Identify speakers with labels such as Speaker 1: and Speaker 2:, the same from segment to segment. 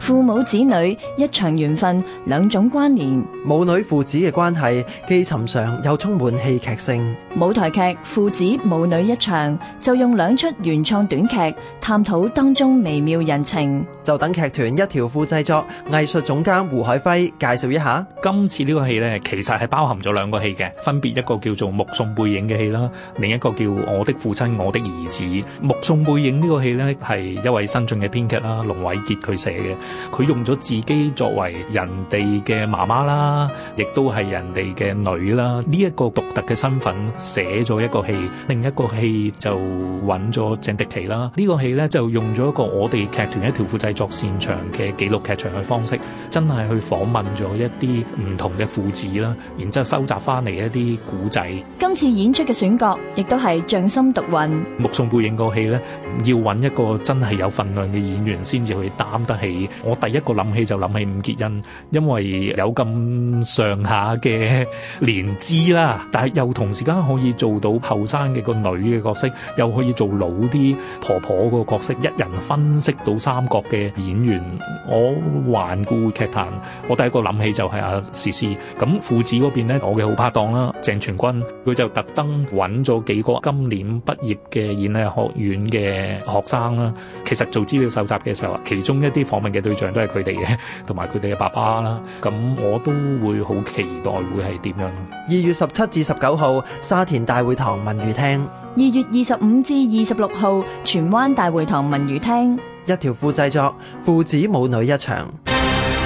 Speaker 1: 父母子女一場緣分，兩種關聯。
Speaker 2: 母女父子嘅關係既尋常又充滿戲劇性。
Speaker 1: 舞台劇《父子母女一場》就用兩出原創短劇探討當中微妙人情。
Speaker 2: 就等劇團一條褲製作藝術總監胡海輝介紹一下。
Speaker 3: 今次呢個戲呢，其實係包含咗兩個戲嘅，分別一個叫做《目送背影》嘅戲啦，另一個叫《我的父親我的兒子》。《目送背影》呢個戲呢，係一位新晉嘅編劇啦，龍偉傑佢寫嘅，佢用咗自己作為人哋嘅媽媽啦，亦都係人哋嘅女啦，呢、一個獨特嘅身份寫咗一個戲，另一個戲就揾咗鄭迪奇啦。呢、個戲呢，就用咗一個我哋劇團一條褲製作擅長嘅紀錄劇場嘅方式， 真係去訪問咗一啲唔同嘅父子啦，然之後收集翻嚟一啲古仔。
Speaker 1: 今次演出嘅選角亦都係匠心獨運。
Speaker 3: 目送背影個戲呢，要揾一個真係有份量嘅演員先至去擔得起。我第一個諗起就諗起伍潔欣，因為有咁上下嘅年資啦，但係又同時間可以做到後生嘅個女嘅角色，又可以做老啲婆婆個角色，一人分析到三角嘅演員。我環顧劇壇，我第一個諗起就係阿詩詩。咁父子嗰邊呢，我嘅好拍檔啦，鄭全君，佢就特登揾咗幾個今年畢業嘅演藝學院嘅學生啦。其實做資料搜集嘅時候，啊其中一啲訪問嘅對象都係佢哋嘅，同埋佢哋嘅爸爸啦。咁我都會好期待會係點樣咯。
Speaker 2: 二月十七至十九號，沙田大會堂文娛廳
Speaker 1: 二月二十五至二十六號，荃灣大會堂文娛廳。
Speaker 2: 一條褲製作父子母女一場。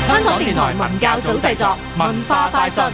Speaker 4: 香港電台文教組製作，文化快訊。